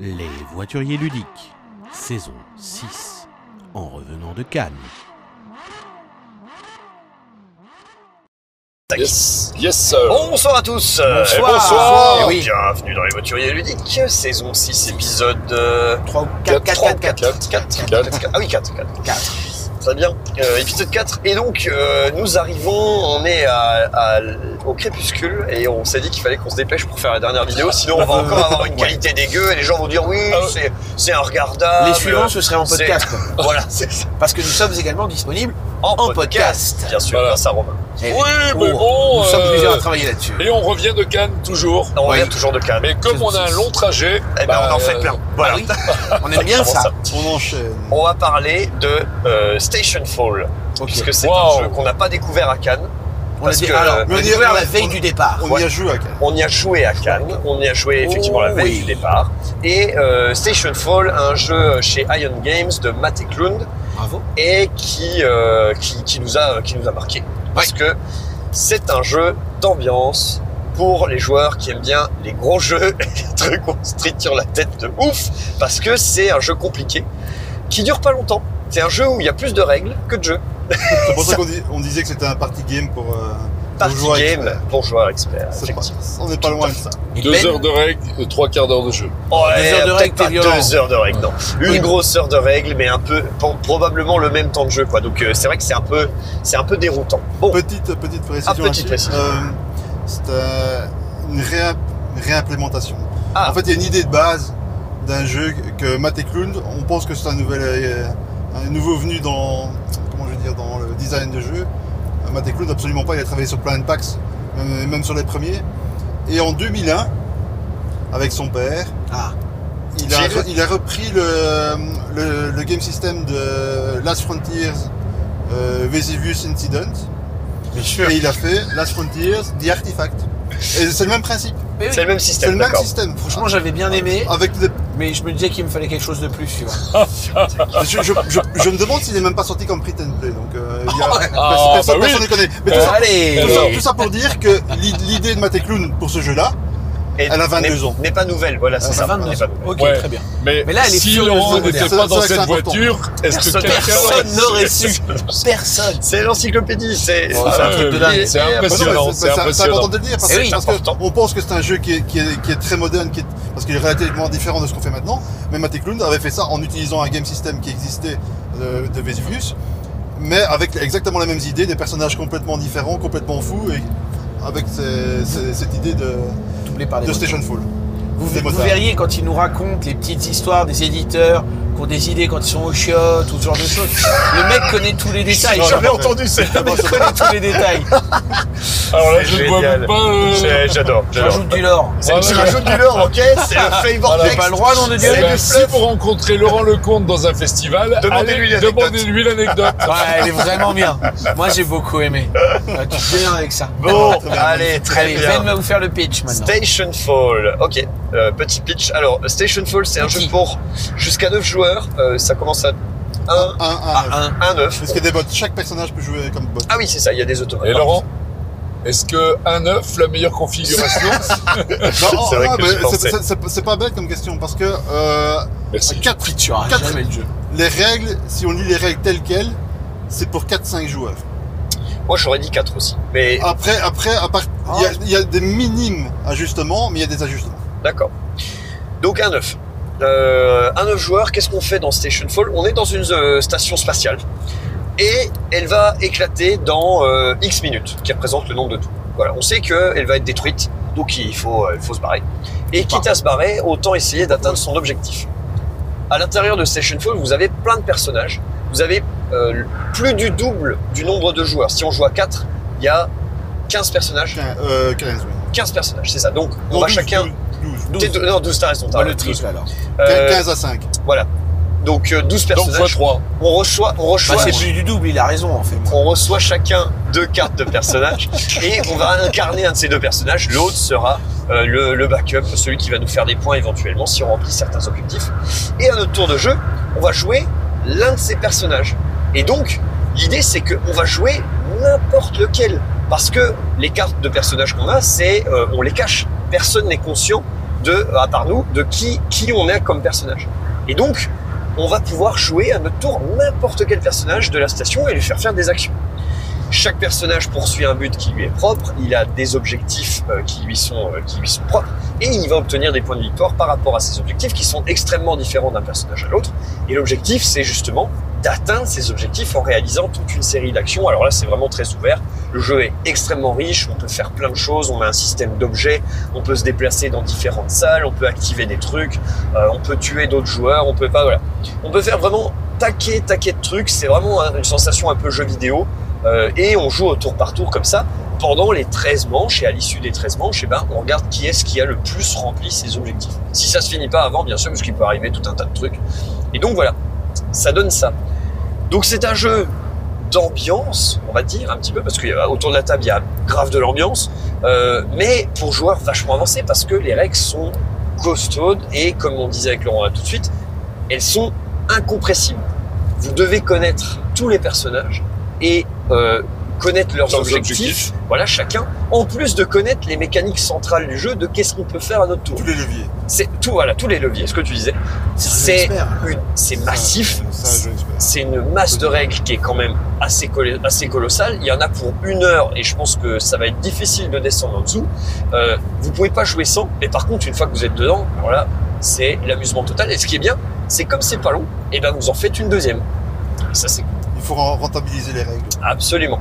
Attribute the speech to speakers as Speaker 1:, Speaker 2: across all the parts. Speaker 1: Les voituriers ludiques, saison 6, en revenant de Cannes.
Speaker 2: Yes, yes sir.
Speaker 3: Bonsoir à tous euh, et
Speaker 2: Bonsoir.
Speaker 3: bonsoir.
Speaker 2: Eh oui.
Speaker 3: Bienvenue dans les voituriers ludiques, saison 6, épisode euh,
Speaker 4: 3 ou 4,
Speaker 3: 4,
Speaker 4: 4,
Speaker 3: 3,
Speaker 4: 4,
Speaker 3: 4, 4, 4, 4, Ah oui, 4, 4.
Speaker 4: 4.
Speaker 3: Très bien, Euh, épisode 4. Et donc, euh, nous arrivons, on est à, à l- au crépuscule et on s'est dit qu'il fallait qu'on se dépêche pour faire la dernière vidéo, sinon on va encore avoir une qualité dégueu et les gens vont dire oui,
Speaker 2: Ah ouais.
Speaker 3: c'est- c'est un regardable.
Speaker 4: Les suivants, ce serait en
Speaker 3: c'est-
Speaker 4: podcast.
Speaker 3: Voilà, c'est ça.
Speaker 4: Parce que nous sommes également disponibles
Speaker 3: En,
Speaker 4: en
Speaker 3: podcast.
Speaker 4: podcast.
Speaker 3: Bien sûr,
Speaker 2: Voilà.
Speaker 3: grâce à Romain.
Speaker 4: Eh
Speaker 2: Oui, mais
Speaker 4: Oh,
Speaker 2: bon.
Speaker 4: Nous sommes
Speaker 2: euh,
Speaker 4: plusieurs à travailler là-dessus.
Speaker 2: Et on revient de Cannes toujours.
Speaker 3: On
Speaker 4: Oui.
Speaker 3: revient toujours de Cannes.
Speaker 2: Mais comme
Speaker 4: Saison
Speaker 2: on a un
Speaker 4: six.
Speaker 2: long trajet,
Speaker 3: Eh ben,
Speaker 2: bah,
Speaker 3: on en fait
Speaker 2: euh,
Speaker 3: plein. Voilà.
Speaker 4: Ah oui, on aime bien
Speaker 3: Comment
Speaker 4: ça.
Speaker 3: ça
Speaker 4: On euh, enchaîne.
Speaker 3: On va parler de euh, Station Fall,
Speaker 4: Ok.
Speaker 3: puisque c'est
Speaker 2: Wow.
Speaker 3: un jeu qu'on n'a pas découvert à Cannes.
Speaker 4: On a
Speaker 3: parce
Speaker 4: dit,
Speaker 3: que,
Speaker 4: alors,
Speaker 3: euh,
Speaker 4: on a
Speaker 3: on
Speaker 4: dit
Speaker 3: est ouvert
Speaker 4: à la
Speaker 3: à-
Speaker 4: veille du départ.
Speaker 3: on y
Speaker 4: a joué à
Speaker 3: On y a joué à Cannes, on y a joué effectivement la veille
Speaker 4: oui.
Speaker 3: du départ. Et euh, Station Fall, un jeu chez Ion Games de Matt Eklund,
Speaker 4: Bravo.
Speaker 3: et qui, euh, qui, qui nous a, qui nous a marqué. Parce que c'est un jeu d'ambiance pour les joueurs qui aiment bien les gros jeux, les trucs où on se triture la tête de ouf, parce que c'est un jeu compliqué, qui dure pas longtemps. C'est un jeu où il y a plus de règles que de jeux.
Speaker 5: C'est pour ça qu'on dis- on disait que c'était un party game pour. euh,
Speaker 3: Party
Speaker 5: Bonjour,
Speaker 3: game
Speaker 5: expert.
Speaker 3: pour joueurs experts.
Speaker 5: c'est
Speaker 3: effectivement.
Speaker 5: pas- on n'est pas loin de ça.
Speaker 4: Et
Speaker 2: deux
Speaker 4: Ben,
Speaker 2: heures de règles, euh, trois quarts d'heure de jeu.
Speaker 3: Ouais,
Speaker 4: Deux heures de
Speaker 3: peut-être
Speaker 4: règles,
Speaker 3: pas
Speaker 4: t'es violent.
Speaker 3: Deux heures de règles, non. Une
Speaker 4: Oui.
Speaker 3: grosse heure de règles, mais un peu pro- probablement le même temps de jeu, quoi. Donc euh, c'est vrai que c'est un peu, c'est un peu déroutant. Bon,
Speaker 5: Petite, petite précision.
Speaker 3: Ah, petite
Speaker 5: là-dessus.
Speaker 3: précision.
Speaker 5: Euh, c'est euh, une réa- une réimplémentation.
Speaker 3: Ah.
Speaker 5: En fait, il y a une idée de base d'un jeu que Matt Eklund, on pense que c'est un, nouvel, euh, un nouveau venu dans, comment je veux dire, dans le design de jeu. Euh, Matt Eklund, absolument pas, il a travaillé sur plein de packs, même, même sur les premiers. Et en 2001, avec son père,
Speaker 4: Ah.
Speaker 5: il, a,
Speaker 3: J'ai lu-
Speaker 5: il a repris le, le- le game system de Last Frontiers euh, Vesuvius Incident.
Speaker 4: Bien sûr.
Speaker 5: Et il a fait Last Frontiers, The Artifact. Et c'est le même principe,
Speaker 4: Mais oui,
Speaker 3: c'est le même
Speaker 5: c'est le
Speaker 3: système,
Speaker 5: même
Speaker 3: d'accord.
Speaker 5: système.
Speaker 4: Franchement, j'avais bien aimé,
Speaker 5: Avec des-
Speaker 4: mais je me disais qu'il me fallait quelque chose de plus, tu vois.
Speaker 5: je, je- je- je me demande s'il n'est même pas sorti comme Print and Play. Donc, euh, il y a...
Speaker 2: Ah,
Speaker 5: personne,
Speaker 2: bah oui.
Speaker 5: personne ne connaît.
Speaker 4: Euh,
Speaker 5: Mais tout, ça,
Speaker 4: Allez
Speaker 5: tout ça-
Speaker 2: alors.
Speaker 5: tout ça pour dire que l'i- l'idée de Matt Clown pour ce jeu-là,
Speaker 3: Et
Speaker 5: Elle a 22
Speaker 3: n'est-
Speaker 5: ans.
Speaker 3: N'est pas nouvelle, voilà, c'est
Speaker 4: Ça
Speaker 3: ça.
Speaker 4: va,
Speaker 3: n'est
Speaker 4: non
Speaker 3: pas nouvelle.
Speaker 4: Ok,
Speaker 2: Ouais.
Speaker 4: très bien.
Speaker 2: Mais,
Speaker 4: Mais là, elle est
Speaker 2: si
Speaker 4: furieuse,
Speaker 2: Laurent
Speaker 4: moderne.
Speaker 2: n'était
Speaker 5: C'est
Speaker 2: pas
Speaker 5: vrai
Speaker 2: dans
Speaker 5: que c'est
Speaker 2: cette
Speaker 5: important.
Speaker 2: voiture, est-ce que
Speaker 3: Personne-
Speaker 2: quelqu'un
Speaker 3: personne
Speaker 2: aurait-
Speaker 4: n'aurait su. Personne
Speaker 3: C'est l'encyclopédie, c'est
Speaker 4: Ouais, c'est un truc de dingue.
Speaker 2: C'est
Speaker 3: et-
Speaker 5: Bah non, mais
Speaker 2: impressionnant, c'est
Speaker 5: c'est- bah, c'est- c'est
Speaker 2: impressionnant.
Speaker 5: important de le dire parce,
Speaker 4: Eh oui,
Speaker 5: parce
Speaker 3: c'est important.
Speaker 5: que on pense que c'est un jeu qui est, qui est- qui est très moderne, qui est- parce qu'il est relativement différent de ce qu'on fait maintenant. Mais Matt Eklund avait fait ça en utilisant un game system qui existait euh, de Vesuvius, mais avec exactement les mêmes idées, des personnages complètement différents, complètement fous, et avec ces- ces- cette idée de,
Speaker 4: Doublé par les
Speaker 5: de
Speaker 4: voitures.
Speaker 5: Station Fall.
Speaker 4: Vous,
Speaker 5: Des
Speaker 4: vous
Speaker 5: motards.
Speaker 4: verriez quand ils nous racontent les petites histoires des éditeurs qui ont des idées quand ils sont au chiottes ou ce genre de choses. Le mec connaît tous les détails.
Speaker 5: J'en ai
Speaker 4: entendu ça. Le mec connaît tous les détails. Ah,
Speaker 2: Alors là,
Speaker 3: C'est
Speaker 2: je ne vois
Speaker 3: génial.
Speaker 2: même pas. euh,
Speaker 3: C'est- J'adore, j'adore.
Speaker 4: J'ajoute du lore.
Speaker 3: C'est
Speaker 2: Ouais,
Speaker 3: je
Speaker 2: ouais.
Speaker 3: rajoute du leurre, ok C'est le flavor
Speaker 4: J'ai
Speaker 3: text.
Speaker 4: pas Ah, le droit, nom de Dieu.
Speaker 2: Eh ben,
Speaker 3: du
Speaker 2: si
Speaker 3: fluff.
Speaker 2: vous rencontrez Laurent Lecomte dans un festival,
Speaker 3: Demandez-lui
Speaker 2: allez,
Speaker 3: l'anecdote.
Speaker 2: demandez-lui l'anecdote.
Speaker 4: Ouais, elle est vraiment bien. Moi, j'ai beaucoup aimé. Ouais, Tu te démerdes avec ça.
Speaker 3: Bon, allez, très
Speaker 4: Allez, Ben
Speaker 3: bien.
Speaker 4: va vous faire le pitch maintenant.
Speaker 3: Station Fall, ok, euh, petit pitch. Alors, Station Fall, c'est un
Speaker 4: Petit.
Speaker 3: jeu pour jusqu'à 9 joueurs. Euh, ça commence à 1,
Speaker 5: Un, un, un.
Speaker 4: Un.
Speaker 3: 1, 9.
Speaker 5: parce qu'il y a des bots, chaque personnage peut jouer comme bot.
Speaker 3: Ah oui, c'est ça, il y a des automates.
Speaker 2: Et Laurent est-ce que un œuf, la meilleure configuration
Speaker 5: Non, oh,
Speaker 3: C'est vrai
Speaker 5: ah,
Speaker 3: que
Speaker 5: mais
Speaker 3: je pensais.
Speaker 5: c'est- c'est- c'est- c'est pas bête comme question parce que euh,
Speaker 2: Merci.
Speaker 5: quatre-
Speaker 4: Tu auras
Speaker 5: Quatre.
Speaker 4: jamais le jeu.
Speaker 5: les règles, si on lit les règles telles quelles, c'est pour 4-5 joueurs.
Speaker 3: Moi, j'aurais dit 4 aussi. Mais
Speaker 5: Après, après, à part, il y a- il y, a des minimes ajustements, mais il y a des ajustements.
Speaker 3: d'accord. Donc, un 9. Euh, un 9 joueurs, qu'est-ce qu'on fait dans Station Fall On est dans une euh, station spatiale. Et elle va éclater dans euh, X minutes, qui représente le nombre de tout. Voilà, on sait qu'elle va être détruite, donc il faut, euh, il faut se barrer. Et quitte à se barrer, autant essayer d'atteindre son objectif. À l'intérieur de Station Fall, vous avez plein de personnages. Vous avez euh, plus du double du nombre de joueurs. Si on joue à 4, il y a 15 personnages.
Speaker 5: Quin- euh, 15, oui.
Speaker 3: 15 personnages, c'est ça. Donc, on
Speaker 5: Non,
Speaker 3: va
Speaker 5: 12,
Speaker 3: chacun.
Speaker 5: 12, 12.
Speaker 3: T'es- Non, 12, t'as raison. t'as
Speaker 4: Bah, le
Speaker 3: raison,
Speaker 4: triple alors.
Speaker 3: Euh,
Speaker 5: 15 à 5.
Speaker 3: donc, euh, 12
Speaker 2: Donc fois
Speaker 3: personnages.
Speaker 2: 3.
Speaker 3: on reçoit, on reçoit,
Speaker 4: Bah, c'est plus du double, il a raison en fait. moi.
Speaker 3: on reçoit chacun deux cartes de personnages et on va incarner un de ces deux personnages. L'autre sera euh, le, le backup, celui qui va nous faire des points éventuellement si on remplit certains objectifs. Et à notre tour de jeu, on va jouer l'un de ces personnages. Et donc, l'idée c'est qu'on va jouer n'importe lequel. Parce que les cartes de personnages qu'on a, c'est euh, on les cache. Personne n'est conscient de, à part nous, de qui, qui on est comme personnage. Et donc, on va pouvoir jouer à notre tour n'importe quel personnage de la station et lui faire faire des actions. Chaque personnage poursuit un but qui lui est propre, il a des objectifs euh, qui, lui sont, euh, qui lui sont propres, et il va obtenir des points de victoire par rapport à ses objectifs qui sont extrêmement différents d'un personnage à l'autre. Et l'objectif, c'est justement d'atteindre ses objectifs en réalisant toute une série d'actions. Alors là, c'est vraiment très ouvert. Le jeu est extrêmement riche, on peut faire plein de choses, on a un système d'objets, on peut se déplacer dans différentes salles, on peut activer des trucs, euh, on peut tuer d'autres joueurs, on peut pas... Voilà. On peut faire vraiment taquet, taquet de trucs, c'est vraiment hein, une sensation un peu jeu vidéo. Euh, et on joue au tour par tour comme ça pendant les 13 manches et à l'issue des 13 manches, eh ben, on regarde qui est-ce qui a le plus rempli ses objectifs. Si ça se finit pas avant, bien sûr, parce qu'il peut arriver tout un tas de trucs. Et donc voilà, ça donne ça. Donc c'est un jeu d'ambiance, on va dire un petit peu, parce qu'autour de la table, il y a grave de l'ambiance, euh, mais pour joueurs vachement avancés, parce que les règles sont costaudes et comme on disait avec Laurent là tout de suite, elles sont incompressibles. Vous devez connaître tous les personnages et euh, connaître leurs
Speaker 2: Leurs
Speaker 3: objectifs,
Speaker 2: objectifs.
Speaker 3: voilà chacun, en plus de connaître les mécaniques centrales du jeu, de qu'est-ce qu'on peut faire à notre tour.
Speaker 5: Tous les leviers.
Speaker 3: C'est tout, voilà, tous les leviers, ce que tu disais. C'est une- c'est massif,
Speaker 5: Ça, je l'espère.
Speaker 3: c'est une masse de règles qui est quand même assez, col- assez colossale. Il y en a pour une heure et je pense que ça va être difficile de descendre en dessous. Euh, vous pouvez pas jouer sans, mais par contre, une fois que vous êtes dedans, voilà, c'est l'amusement total. Et ce qui est bien, c'est comme c'est pas long, et ben vous en faites une deuxième. Et ça, c'est
Speaker 5: Il faut ren- rentabiliser les règles.
Speaker 3: absolument.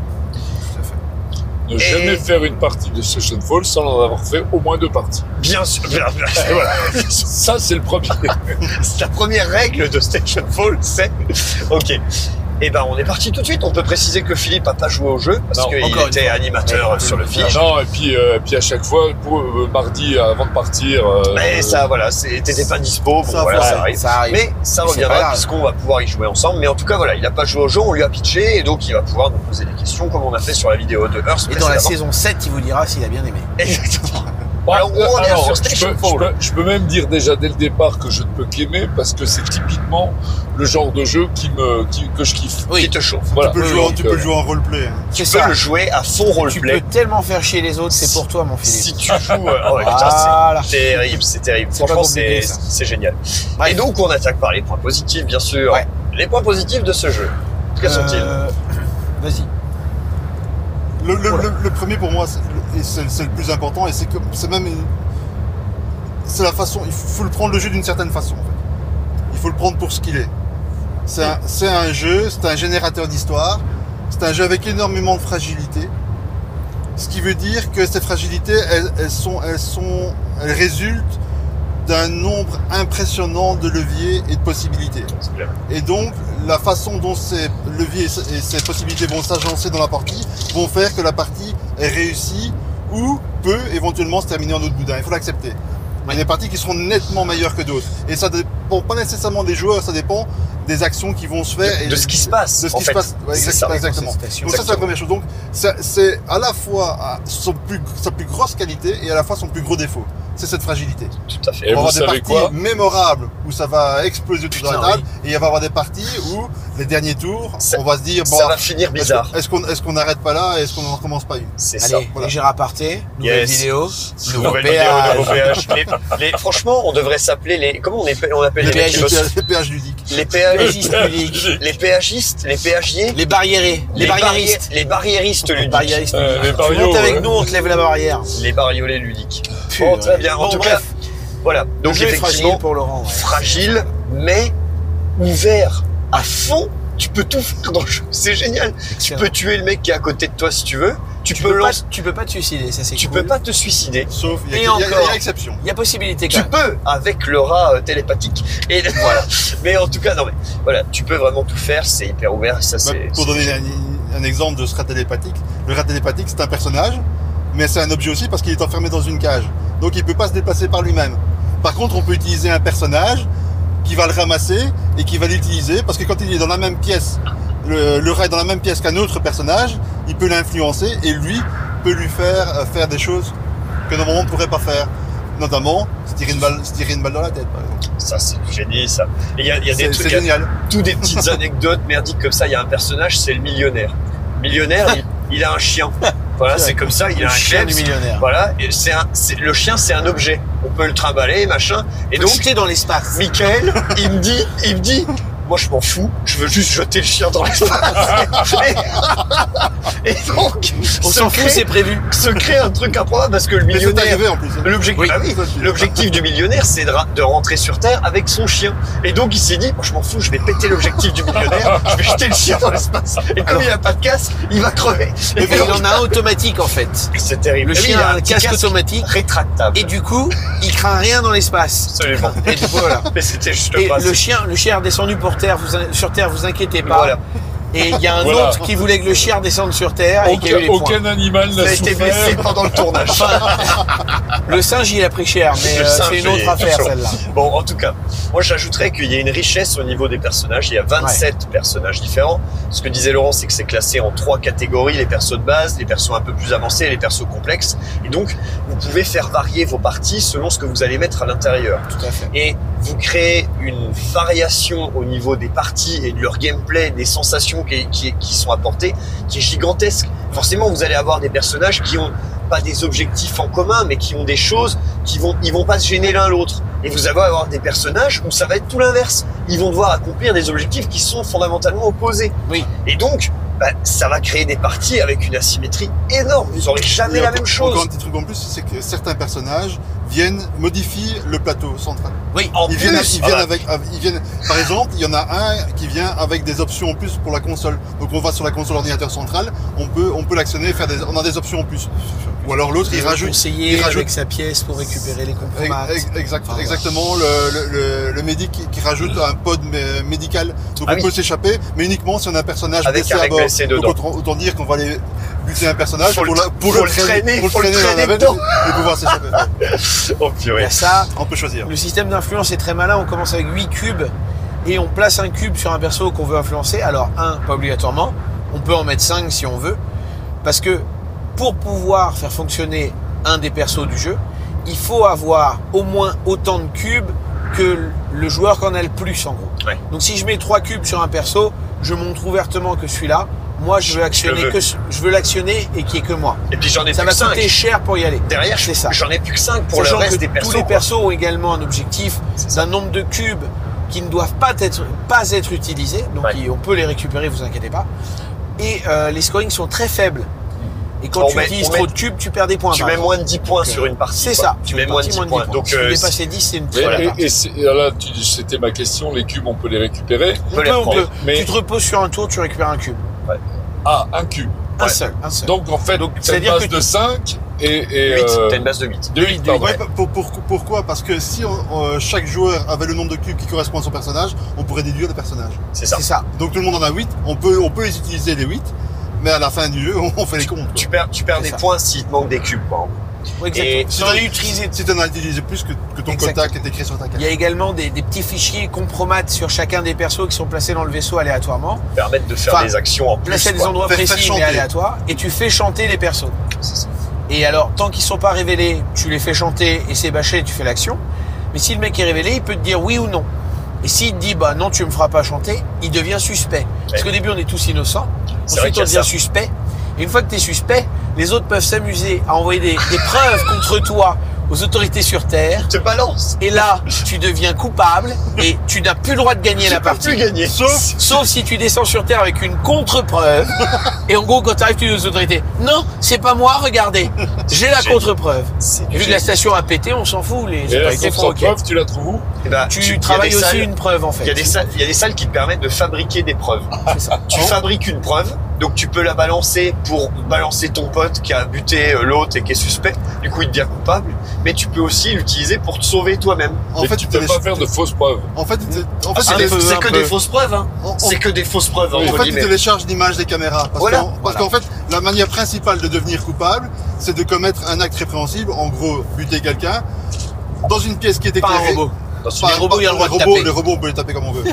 Speaker 2: Ne jamais faire une partie de Sessionfall sans en avoir fait au moins deux parties.
Speaker 3: Bien sûr,
Speaker 2: Et voilà. Ça, c'est le premier.
Speaker 3: C'est la première règle de Station Fall, c'est. Ok. Et ben on est parti tout de suite. On peut préciser que Philippe a pas joué au jeu parce
Speaker 2: Non,
Speaker 3: qu'il
Speaker 4: encore
Speaker 3: était animateur sur le film.
Speaker 2: Non, et puis, euh, puis à chaque fois, pour, euh, mardi, avant de partir. euh,
Speaker 3: Mais ça, voilà, c'est- t'étais pas dispo, bon, voilà,
Speaker 4: ouais,
Speaker 3: ça arrive.
Speaker 4: ça arrive.
Speaker 3: Mais ça
Speaker 4: Mais c'est pas
Speaker 3: reviendra
Speaker 4: grave.
Speaker 3: puisqu'on va pouvoir y jouer ensemble. Mais en tout cas, voilà, il a pas joué au jeu, on lui a pitché et donc il va pouvoir nous poser des questions comme on a fait sur la vidéo de Earth.
Speaker 4: Et dans la
Speaker 3: précédemment.
Speaker 4: saison 7, il vous dira s'il a bien aimé.
Speaker 3: Exactement.
Speaker 2: bah,
Speaker 3: Alors, on revient
Speaker 2: alors,
Speaker 3: sur
Speaker 2: je,
Speaker 3: Station
Speaker 2: peux,
Speaker 3: Fall.
Speaker 2: je peux- je peux même dire déjà dès le départ que je ne peux qu'aimer parce que c'est typiquement le genre de jeu qui me, qui- que je kiffe.
Speaker 4: Oui.
Speaker 3: Qui te chauffe.
Speaker 2: Voilà.
Speaker 5: Tu peux, le jouer, en- tu peux le jouer en roleplay. hein.
Speaker 4: C'est
Speaker 3: Tu peux le jouer à fond
Speaker 4: Tu
Speaker 3: roleplay.
Speaker 4: peux tellement faire chier les autres, c'est pour toi, mon Philippe.
Speaker 3: Si tu joues. euh, oh, putain, c'est-
Speaker 4: Voilà.
Speaker 3: terrible, c'est terrible.
Speaker 4: Ah. C'est pas
Speaker 3: Franchement,
Speaker 4: compliqué,
Speaker 3: c'est
Speaker 4: ça.
Speaker 3: c'est génial.
Speaker 4: Bref.
Speaker 3: Et donc, on attaque par les points positifs, bien sûr.
Speaker 4: Ouais.
Speaker 3: Les points positifs de ce jeu, quels sont-ils
Speaker 4: Euh, Vas-y.
Speaker 5: Le, le-
Speaker 4: Voilà.
Speaker 5: le- le premier pour moi, c'est le- et c'est c'est le plus important, et c'est que c'est même une- c'est la façon. Il faut, faut le prendre le jeu d'une certaine façon. en fait. Il faut le prendre pour ce qu'il est. C'est un, c'est un jeu, c'est un générateur d'histoire, c'est un jeu avec énormément de fragilité. Ce qui veut dire que ces fragilités, elles, elles sont, elles sont, elles résultent d'un nombre impressionnant de leviers et de possibilités. Et donc, la façon dont ces leviers et ces et ces possibilités vont s'agencer dans la partie vont faire que la partie est réussie ou peut éventuellement se terminer en autre boudin. Il faut l'accepter. Il y a des parties qui seront nettement meilleures que d'autres. Et ça dépend pas nécessairement des joueurs, ça dépend des actions qui vont se faire. et
Speaker 3: de, de ce qui se passe,
Speaker 5: de ce
Speaker 3: en
Speaker 5: qui
Speaker 3: fait.
Speaker 5: se passe. Ouais,
Speaker 3: C'est
Speaker 5: exactement.
Speaker 3: ça.
Speaker 5: exactement.
Speaker 4: Félicitations.
Speaker 5: Donc ça c'est la première chose. Donc ça- c'est à la fois ah, son plus, sa plus grosse qualité et à la fois son plus gros défaut. C'est cette fragilité.
Speaker 3: Tout à fait.
Speaker 2: Et
Speaker 5: On va
Speaker 2: vous
Speaker 5: avoir des
Speaker 2: savez
Speaker 5: parties
Speaker 2: quoi
Speaker 5: mémorables où ça va exploser tout dans la
Speaker 4: Putain,
Speaker 5: table et il va y avoir des parties où les derniers tours,
Speaker 3: Ça-
Speaker 5: on va se dire bon,
Speaker 3: ça va finir
Speaker 5: est-ce
Speaker 3: bizarre.
Speaker 5: que- est-ce qu'on est-ce qu'on n'arrête pas là et est-ce qu'on n'en recommence pas une
Speaker 3: C'est ça.
Speaker 4: Allez,
Speaker 5: voilà.
Speaker 4: léger aparté, nouvelle
Speaker 3: Yes.
Speaker 4: vidéo, nouveau
Speaker 3: Nouvelle
Speaker 4: PH.
Speaker 3: vidéo, nouveau PH. euh, Les- les- franchement, on devrait s'appeler les. Comment on, est- on appelle les,
Speaker 4: Les
Speaker 3: mecs qui
Speaker 4: PH.
Speaker 3: bossent
Speaker 5: Les péages ludiques.
Speaker 3: Les
Speaker 4: E
Speaker 3: PH.
Speaker 4: Légiste public.
Speaker 3: Les PHistes, E les PHiers,
Speaker 4: Les barriérés, les,
Speaker 3: barrières-
Speaker 4: barriéristes.
Speaker 3: Les barriéristes
Speaker 4: Les
Speaker 3: ludiques.
Speaker 4: barriéristes.
Speaker 2: Euh, les
Speaker 4: Tu
Speaker 2: barrios,
Speaker 4: montes avec
Speaker 2: ouais.
Speaker 4: nous, on te lève la barrière.
Speaker 3: Les bariolets ludiques.
Speaker 4: Pur,
Speaker 3: Bon, très bien. En
Speaker 4: Bon,
Speaker 3: tout
Speaker 4: bref,
Speaker 3: cas, voilà.
Speaker 4: le
Speaker 3: Donc,
Speaker 4: jeu est
Speaker 3: effectivement,
Speaker 4: fragile pour Laurent. ouais.
Speaker 3: fragile, mais ouvert à fond. Tu peux tout faire dans le jeu. C'est génial. Tu
Speaker 4: Excellent.
Speaker 3: peux tuer le mec qui est à côté de toi si tu veux. Tu,
Speaker 4: Tu
Speaker 3: peux,
Speaker 4: peux pas,
Speaker 3: lancer-
Speaker 4: tu peux pas te suicider, ça c'est
Speaker 3: tu
Speaker 4: cool.
Speaker 3: peux pas te suicider.
Speaker 5: Sauf il y a-
Speaker 4: Et
Speaker 5: il y a- il y,
Speaker 4: encore.
Speaker 5: a exception.
Speaker 4: Il y a possibilité quand
Speaker 3: Tu
Speaker 4: même.
Speaker 3: peux avec le rat euh, télépathique. Et voilà. Mais en tout cas, non mais voilà, tu peux vraiment tout faire. C'est hyper ouvert. Ça
Speaker 5: Bah,
Speaker 3: c'est. c'est-
Speaker 5: pour donner un, un exemple de ce rat télépathique, le rat télépathique c'est un personnage, mais c'est un objet aussi parce qu'il est enfermé dans une cage. Donc il peut pas se déplacer par lui-même. Par contre, on peut utiliser un personnage qui va le ramasser et qui va l'utiliser parce que quand il est dans la même pièce, le, le rat est dans la même pièce qu'un autre personnage, il peut l'influencer et lui peut lui faire euh, faire des choses que normalement on ne pourrait pas faire. Notamment, se tirer une balle, se tirer une balle dans la tête, par exemple.
Speaker 3: Ça c'est du génie. Ça. Et Il y a, il y a des
Speaker 5: C'est
Speaker 3: trucs.
Speaker 5: c'est
Speaker 3: il y a-
Speaker 5: génial.
Speaker 3: tout des petites anecdotes merdiques comme ça. Il y a un personnage, c'est le millionnaire. Millionnaire, il, il a un chien. Enfin, Voilà,
Speaker 4: Direct.
Speaker 3: c'est comme ça, il
Speaker 4: Le
Speaker 3: a un
Speaker 4: chien du
Speaker 3: kleps.
Speaker 4: millionnaire.
Speaker 3: Voilà, et c'est un, c'est- le chien, c'est un objet. On peut le trimballer, machin. Et
Speaker 4: Et
Speaker 3: donc,
Speaker 4: donc, jeter dans l'espace.
Speaker 3: Michael, il me dit, il me dit, moi je m'en fous, je veux juste jeter le chien dans l'espace. Et, et donc,
Speaker 4: On
Speaker 3: se
Speaker 4: s'en fout,
Speaker 3: crée-
Speaker 4: c'est prévu.
Speaker 3: se crée un truc improbable parce que le
Speaker 5: Mais c'est
Speaker 3: millionnaire,
Speaker 5: arrivé en plus.
Speaker 3: l'objectif,
Speaker 4: Oui.
Speaker 3: bah oui, l'objectif du millionnaire, c'est de, ra- de rentrer sur Terre avec son chien. Et donc il s'est dit, moi je m'en fous, je vais péter l'objectif du millionnaire, je vais jeter le chien dans l'espace. Et comme il a pas de casque, il va crever.
Speaker 4: Et
Speaker 3: Et
Speaker 4: il
Speaker 3: donc,
Speaker 4: en a un automatique en fait.
Speaker 3: c'est terrible.
Speaker 4: Le
Speaker 3: Et lui,
Speaker 4: chien
Speaker 3: il
Speaker 4: a un
Speaker 3: petit
Speaker 4: casque automatique
Speaker 3: rétractable.
Speaker 4: et du coup, il craint rien dans l'espace.
Speaker 3: Absolument.
Speaker 4: Et voilà.
Speaker 3: Mais c'était juste
Speaker 4: Et
Speaker 3: pas.
Speaker 4: le chien, le chien est redescendu pour terre, vous in- sur terre, vous inquiétez pas.
Speaker 3: Voilà.
Speaker 4: Et il y a un
Speaker 2: Voilà.
Speaker 4: autre qui voulait que le chien descende sur terre et qui a eu
Speaker 2: Aucun,
Speaker 4: les points.
Speaker 2: aucun animal
Speaker 3: Il
Speaker 2: n'a
Speaker 3: a été
Speaker 2: souffert.
Speaker 3: blessé pendant le tournage.
Speaker 4: Le singe, il a pris cher, mais
Speaker 3: Le
Speaker 4: euh,
Speaker 3: singe,
Speaker 4: c'est une autre
Speaker 3: il est
Speaker 4: affaire
Speaker 3: chaud.
Speaker 4: celle-là.
Speaker 3: Bon, en tout cas, moi j'ajouterais qu'il y a une richesse au niveau des personnages. Il y a 27 personnages différents. Ce que disait Laurent, c'est que c'est classé en trois catégories les persos de base, les persos un peu plus avancés et les persos complexes. Et donc, vous pouvez faire varier vos parties selon ce que vous allez mettre à l'intérieur.
Speaker 4: Tout à fait.
Speaker 3: Et vous créez une variation au niveau des parties et de leur gameplay, des sensations qui, qui- qui sont apportées, qui est gigantesque. Forcément, vous allez avoir des personnages qui ont pas des objectifs en commun, mais qui ont des choses qui vont, ils vont pas se gêner l'un l'autre. Et vous allez avoir des personnages où ça va être tout l'inverse. Ils vont devoir accomplir des objectifs qui sont fondamentalement opposés.
Speaker 4: Oui.
Speaker 3: Et donc, bah, ça va créer des parties avec une asymétrie énorme. Vous aurez jamais la même chose.
Speaker 5: Encore un petit truc en plus, c'est que certains personnages viennent, modifient le plateau central.
Speaker 4: Oui.
Speaker 3: En
Speaker 5: Ils viennent,
Speaker 3: plus,
Speaker 5: ils viennent
Speaker 3: ah bah,
Speaker 5: avec, avec- ils viennent. Par exemple, il y en a un qui vient avec des options en plus pour la console. Donc on va sur la console ordinateur centrale, on peut, on peut l'actionner, faire des, on a des options en plus. Ou alors l'autre, il rajoute.
Speaker 4: conseiller
Speaker 5: il rajoute-
Speaker 4: avec sa pièce pour récupérer les compromis.
Speaker 5: Ex- exact-
Speaker 4: Enfin,
Speaker 5: exactement, le, le, le, le médic qui, qui rajoute un pod mé- médical. Donc
Speaker 3: Mmh. Ah
Speaker 5: on
Speaker 3: oui.
Speaker 5: peut s'échapper, mais uniquement si on a un personnage
Speaker 3: Avec
Speaker 5: blessé
Speaker 3: un
Speaker 5: à
Speaker 3: mec
Speaker 5: bord.
Speaker 3: blessé
Speaker 5: Donc
Speaker 3: dedans.
Speaker 5: autant, autant dire qu'on va aller buter un personnage
Speaker 3: Faut
Speaker 5: pour,
Speaker 3: le-
Speaker 5: la- pour
Speaker 3: faut
Speaker 5: le
Speaker 3: le traîner,
Speaker 5: pour le
Speaker 3: faut le
Speaker 5: traîner dans la
Speaker 3: traîner
Speaker 5: navette
Speaker 3: dedans.
Speaker 5: et pouvoir s'échapper.
Speaker 3: oh
Speaker 4: Il y
Speaker 3: purée.
Speaker 4: a ça.
Speaker 5: on peut choisir.
Speaker 4: Le système d'influence est très malin. On commence avec 8 cubes et on place un cube sur un perso qu'on veut influencer. Alors, un, pas obligatoirement. On peut en mettre 5 si on veut. Parce que pour pouvoir faire fonctionner un des persos du jeu, il faut avoir au moins autant de cubes que le joueur qu'en a le plus, en gros.
Speaker 3: Ouais.
Speaker 4: Donc, si je mets 3 cubes sur un perso, je montre ouvertement que celui-là, moi, je veux actionner
Speaker 3: veux.
Speaker 4: que ce- je veux l'actionner et qu'il n'y ait que moi.
Speaker 3: Et puis j'en ai
Speaker 4: Ça
Speaker 3: plus
Speaker 4: va
Speaker 3: que cinq.
Speaker 4: coûter cher pour y aller.
Speaker 3: Derrière, je-
Speaker 4: C'est ça.
Speaker 3: j'en ai plus que 5 pour le
Speaker 4: Sachant
Speaker 3: reste
Speaker 4: que
Speaker 3: des persos.
Speaker 4: Tous les
Speaker 3: quoi.
Speaker 4: persos ont également un objectif d'un nombre de cubes qui ne doivent pas être, pas être utilisés. Donc
Speaker 3: Ouais.
Speaker 4: ils- on peut les récupérer, vous inquiétez pas. Et euh, les scorings sont très faibles. Et quand
Speaker 3: On
Speaker 4: tu
Speaker 3: met-
Speaker 4: utilises
Speaker 3: on met-
Speaker 4: trop de cubes, tu perds des points.
Speaker 3: Tu
Speaker 4: par
Speaker 3: mets
Speaker 4: exemple.
Speaker 3: moins de 10 points
Speaker 4: Donc,
Speaker 3: sur une partie.
Speaker 4: C'est
Speaker 3: quoi.
Speaker 4: ça.
Speaker 3: Tu
Speaker 4: Sur
Speaker 3: mets
Speaker 4: une
Speaker 3: moins de
Speaker 4: partie,
Speaker 3: 10 points. Donc,
Speaker 4: si tu
Speaker 3: euh,
Speaker 4: dépasses les 10, c'est une
Speaker 2: Et,
Speaker 4: très bonne
Speaker 2: et-
Speaker 4: partie.
Speaker 2: et c'est- et là, tu dis, c'était ma question, les cubes, on peut les récupérer.
Speaker 4: On
Speaker 3: peut les
Speaker 4: peut, on
Speaker 3: reprendre.
Speaker 4: peut.
Speaker 2: Mais-
Speaker 4: Tu te reposes sur un tour, tu récupères un cube.
Speaker 2: Ah, un cube.
Speaker 4: Un
Speaker 3: Ouais.
Speaker 4: seul. Un seul.
Speaker 2: Donc en fait,
Speaker 4: Donc,
Speaker 2: c'est une
Speaker 4: c'est-à-dire
Speaker 2: base
Speaker 4: que
Speaker 2: de 5 et... et
Speaker 3: huit,
Speaker 2: euh,
Speaker 3: t'as une base de 8.
Speaker 2: de huit, pardon.
Speaker 5: Ouais, pour- pour- pourquoi Parce que si on- euh, chaque joueur avait le nombre de cubes qui correspond à son personnage, on pourrait déduire le personnage.
Speaker 3: C'est ça.
Speaker 4: c'est ça.
Speaker 5: Donc tout le monde en a 8, on peut, on peut les utiliser les 8, mais à la fin du jeu, on fait les comptes. quoi.
Speaker 3: Tu perds, tu perds
Speaker 4: C'est
Speaker 3: des
Speaker 4: ça.
Speaker 3: points s'il te manque des cubes. Quoi.
Speaker 4: Oui, exactement.
Speaker 5: Si
Speaker 4: Si on
Speaker 5: t'en-
Speaker 4: a utilisé
Speaker 5: Si tu en as utilisé plus que, que ton
Speaker 4: Exactement.
Speaker 5: quota qui est écrit sur ta
Speaker 4: Il
Speaker 5: carte.
Speaker 4: y a également des, des petits fichiers compromates sur chacun des persos qui sont placés dans le vaisseau aléatoirement.
Speaker 3: Permettre de faire
Speaker 4: Enfin,
Speaker 3: des actions en plus.
Speaker 4: placé à des
Speaker 3: quoi.
Speaker 4: endroits
Speaker 5: Fais- fais
Speaker 4: précis mais
Speaker 5: chanter.
Speaker 4: aléatoires et tu fais chanter les persos.
Speaker 3: C'est ça.
Speaker 4: Et alors, tant qu'ils sont pas révélés, tu les fais chanter et c'est bâché, tu fais l'action. Mais si le mec est révélé, il peut te dire oui ou non. Et s'il te dit bah non, tu me feras pas chanter, il devient suspect. Parce
Speaker 3: Ouais.
Speaker 4: qu'au début, on est tous innocents.
Speaker 3: C'est vrai
Speaker 4: Ensuite,
Speaker 3: qu'il y a
Speaker 4: on devient
Speaker 3: ça.
Speaker 4: suspect. Et une fois que tu es suspect, les autres peuvent s'amuser à envoyer des, des preuves contre toi aux autorités sur Terre.
Speaker 3: Te balance.
Speaker 4: Et là, tu deviens coupable et tu n'as plus le droit de gagner
Speaker 3: Tu
Speaker 4: la
Speaker 3: peux
Speaker 4: partie.
Speaker 3: plus gagner.
Speaker 5: Sauf-
Speaker 4: Sauf si tu descends sur Terre avec une contre-preuve. Et en gros, quand t'arrives, tu dis aux autorités, non, c'est pas moi, regardez. J'ai la
Speaker 3: J'ai-
Speaker 4: contre-preuve.
Speaker 3: C'est
Speaker 4: Vu que la station a pété, on s'en fout, les
Speaker 2: Et la
Speaker 4: autorités
Speaker 2: source
Speaker 4: font
Speaker 2: en
Speaker 4: OK.
Speaker 2: preuve, tu la trouves où
Speaker 3: Eh ben,
Speaker 4: Tu,
Speaker 3: il y a
Speaker 4: travailles
Speaker 3: des
Speaker 4: aussi
Speaker 3: salles-
Speaker 4: une preuve, en fait.
Speaker 3: Il y, a des salles, il y a des salles qui te permettent de fabriquer des preuves.
Speaker 4: Ah, C'est ça. Oh.
Speaker 3: Tu fabriques une preuve, donc tu peux la balancer pour balancer ton pote qui a buté euh, l'autre et qui est suspect. Du coup, il devient coupable. Mais tu peux aussi l'utiliser pour te sauver toi-même.
Speaker 5: En
Speaker 2: Et
Speaker 5: fait,
Speaker 2: tu
Speaker 5: tu
Speaker 2: peux pas
Speaker 5: télécharges.
Speaker 2: faire de fausses preuves.
Speaker 5: En fait, tu t'es- en
Speaker 3: Ah,
Speaker 5: fait,
Speaker 3: c'est
Speaker 5: tu
Speaker 3: des-
Speaker 5: t'es-
Speaker 3: c'est
Speaker 4: un
Speaker 3: que
Speaker 4: peu.
Speaker 3: des fausses preuves, hein.
Speaker 5: en- en-
Speaker 3: C'est que des fausses preuves,
Speaker 5: en
Speaker 3: entre
Speaker 5: fait, tu
Speaker 3: guillemets.
Speaker 5: télécharges l'image des caméras. Parce
Speaker 3: Voilà.
Speaker 5: qu'en parce qu'en fait, la manière principale de devenir coupable, c'est de commettre un acte répréhensible, en gros, buter quelqu'un, dans une pièce qui est
Speaker 4: Pas un
Speaker 5: éclairée.
Speaker 4: robot.
Speaker 3: Dans
Speaker 5: Pas
Speaker 4: Les
Speaker 5: un-
Speaker 4: robots, il y a le droit de
Speaker 5: robot,
Speaker 4: taper.
Speaker 5: les robots, on peut les taper comme on veut.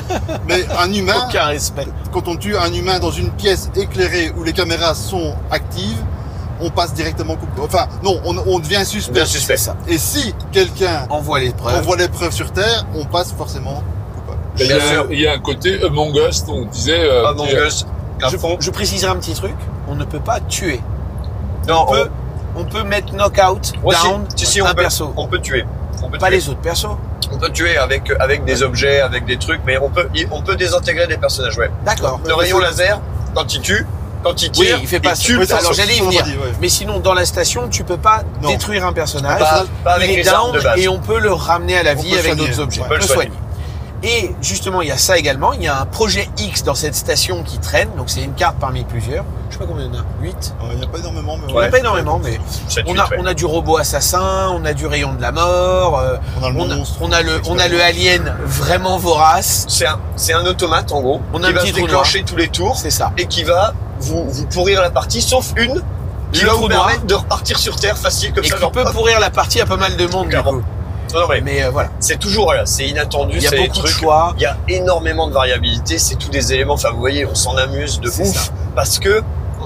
Speaker 5: Mais un humain,
Speaker 4: Aucun respect.
Speaker 5: quand on tue un humain dans une pièce éclairée où les caméras sont actives, on passe directement coupable. Enfin, non, on, on devient
Speaker 3: On
Speaker 5: suspect.
Speaker 3: devient suspect.
Speaker 4: ça.
Speaker 5: Et si quelqu'un
Speaker 4: Envoie les preuves.
Speaker 5: envoie les preuves sur Terre, on passe forcément coupable.
Speaker 2: Il y,
Speaker 3: Bien
Speaker 2: a-
Speaker 3: sûr. Ah,
Speaker 2: il y a un côté Among Us, on disait... euh,
Speaker 3: Among
Speaker 2: qui-
Speaker 3: Us, à
Speaker 4: Je,
Speaker 3: fond.
Speaker 4: je préciserai un petit truc. On ne peut pas tuer.
Speaker 3: Non,
Speaker 4: on, peut, on peut mettre knockout,
Speaker 3: Ouais, Oh. si,
Speaker 4: down,
Speaker 3: si, si, on
Speaker 4: un
Speaker 3: peut-
Speaker 4: perso.
Speaker 3: on peut tuer. On peut
Speaker 4: Pas
Speaker 3: tuer.
Speaker 4: les autres persos.
Speaker 3: On peut tuer avec, avec des objets, avec des trucs, mais on peut, on peut désintégrer des personnages, ouais.
Speaker 4: D'accord.
Speaker 3: Le rayon laser, quand il tue, quand il
Speaker 4: Oui,
Speaker 3: tire,
Speaker 4: il fait pas-
Speaker 3: tue le
Speaker 4: oui, ça,
Speaker 3: perso.
Speaker 4: alors, j'allais y
Speaker 5: c'est
Speaker 4: venir.
Speaker 5: vendredi, ouais.
Speaker 4: Mais sinon, dans la station, tu peux pas
Speaker 5: Non.
Speaker 4: détruire un personnage.
Speaker 3: Pas- pas avec
Speaker 4: il est
Speaker 3: les armes
Speaker 4: down
Speaker 3: de base.
Speaker 4: et on peut le ramener à la
Speaker 5: On
Speaker 4: vie
Speaker 5: peut
Speaker 4: avec
Speaker 5: soigner.
Speaker 4: d'autres objets.
Speaker 5: On
Speaker 3: peut le soigner.
Speaker 4: Et justement, il y a ça également. Il y a un projet X dans cette station qui traîne. Donc, c'est une carte parmi plusieurs. Je sais pas combien il y en a. 8
Speaker 5: Ouais, Il n'y Euh, a pas énormément, mais
Speaker 4: On
Speaker 5: ouais.
Speaker 4: a pas énormément, mais
Speaker 3: Ça tue,
Speaker 4: on a,
Speaker 3: ouais.
Speaker 4: on a du robot assassin, on a du rayon de la mort, euh,
Speaker 5: on a le
Speaker 4: on, a,
Speaker 5: monstre.
Speaker 4: on a le, on a le alien vraiment vorace.
Speaker 3: C'est un, c'est un automate, en gros,
Speaker 4: On a
Speaker 3: qui
Speaker 4: un
Speaker 3: va
Speaker 4: petit
Speaker 3: se
Speaker 4: trou
Speaker 3: déclencher tous les tours
Speaker 4: C'est ça.
Speaker 3: et qui va vous, vous pourrir la partie, sauf une, qui
Speaker 4: Le
Speaker 3: va
Speaker 4: trou
Speaker 3: vous
Speaker 4: noir.
Speaker 3: permettre de repartir sur Terre facile comme
Speaker 4: Et
Speaker 3: ça.
Speaker 4: qui
Speaker 3: genre,
Speaker 4: peut
Speaker 3: hop.
Speaker 4: pourrir la partie à pas mal de monde, du
Speaker 3: Clairement.
Speaker 4: coup.
Speaker 3: Non, non, mais
Speaker 4: Mais euh, voilà.
Speaker 3: c'est toujours là, c'est inattendu,
Speaker 4: Il y a
Speaker 3: c'est des
Speaker 4: beaucoup de
Speaker 3: trucs.
Speaker 4: choix.
Speaker 3: Il y a énormément de variabilité, c'est tous des éléments. Enfin, vous voyez, on s'en amuse de
Speaker 4: C'est
Speaker 3: ouf
Speaker 4: ça.
Speaker 3: parce que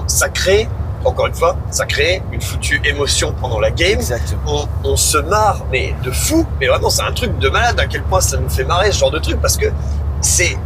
Speaker 3: ça crée, encore une fois, ça crée une foutue émotion pendant la game.
Speaker 4: Exactement.
Speaker 3: On, on se marre, mais de fou. Mais vraiment, c'est un truc de malade à quel point ça nous fait marrer ce genre de truc parce que c'est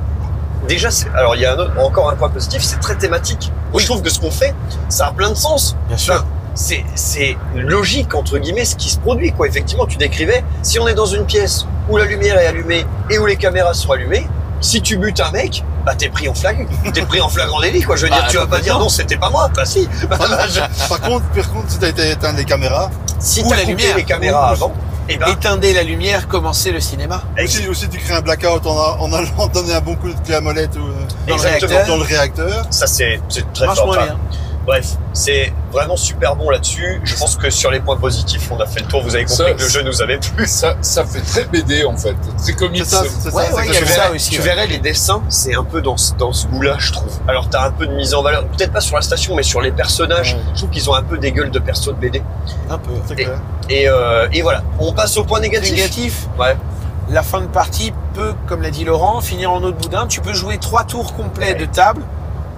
Speaker 3: déjà. c'est- Alors, il y a un autre- encore un point positif, c'est très thématique. Je trouve que ce qu'on fait, ça a plein de sens.
Speaker 4: Bien sûr.
Speaker 3: C'est- c'est logique entre guillemets ce qui se produit quoi. Effectivement, tu décrivais si on est dans une pièce où la lumière est allumée et où les caméras sont allumées, si tu butes un mec, bah t'es pris en flag, t'es pris en flagrant délit quoi. Je veux dire,
Speaker 4: Bah,
Speaker 3: tu vas pas dire non, c'était pas moi. Bah si, Bah, bah, je-
Speaker 5: Par contre, par contre, si t'as été éteint des caméras,
Speaker 3: si
Speaker 4: Ou
Speaker 3: t'as
Speaker 4: la
Speaker 3: coupé
Speaker 4: lumière.
Speaker 3: les caméras
Speaker 4: Ou-
Speaker 3: avant, et
Speaker 5: Hein
Speaker 3: ben
Speaker 4: Éteindez la lumière, commencez le cinéma.
Speaker 5: ou si, ou si tu crées un blackout en, a- en allant donner un bon coup de clé à molette ou, euh,
Speaker 4: Dans le
Speaker 3: Exactement.
Speaker 4: réacteur,
Speaker 5: dans le réacteur,
Speaker 3: ça c'est c'est
Speaker 4: ça
Speaker 3: très
Speaker 4: marche
Speaker 3: fort.
Speaker 4: moins
Speaker 3: Enfin,
Speaker 4: bien.
Speaker 3: bref, c'est vraiment super bon là-dessus. Je pense que sur les points positifs, on a fait le tour. Vous avez compris
Speaker 2: Ça,
Speaker 3: que le jeu nous avait plu.
Speaker 2: Ça, ça fait très BD en fait, très comics.
Speaker 5: c'est ça, c'est
Speaker 4: Ouais,
Speaker 5: ça.
Speaker 4: ouais,
Speaker 5: c'est
Speaker 4: il y a
Speaker 5: que-
Speaker 4: le- ça aussi,
Speaker 3: tu
Speaker 4: ouais.
Speaker 3: verrais les dessins, c'est un peu dans, ce- dans ce goût-là, je trouve. Alors, t'as un peu de mise en valeur, peut-être pas sur la station, mais sur les personnages.
Speaker 5: Ouais.
Speaker 3: Je trouve qu'ils ont un peu des gueules de perso de BD.
Speaker 4: Un peu.
Speaker 5: c'est clair.
Speaker 3: Et, euh, et voilà, on passe au point négatif.
Speaker 4: Négatif.
Speaker 3: Ouais.
Speaker 4: La fin de partie peut, comme l'a dit Laurent, finir en autre boudin. Tu peux jouer trois tours complets de table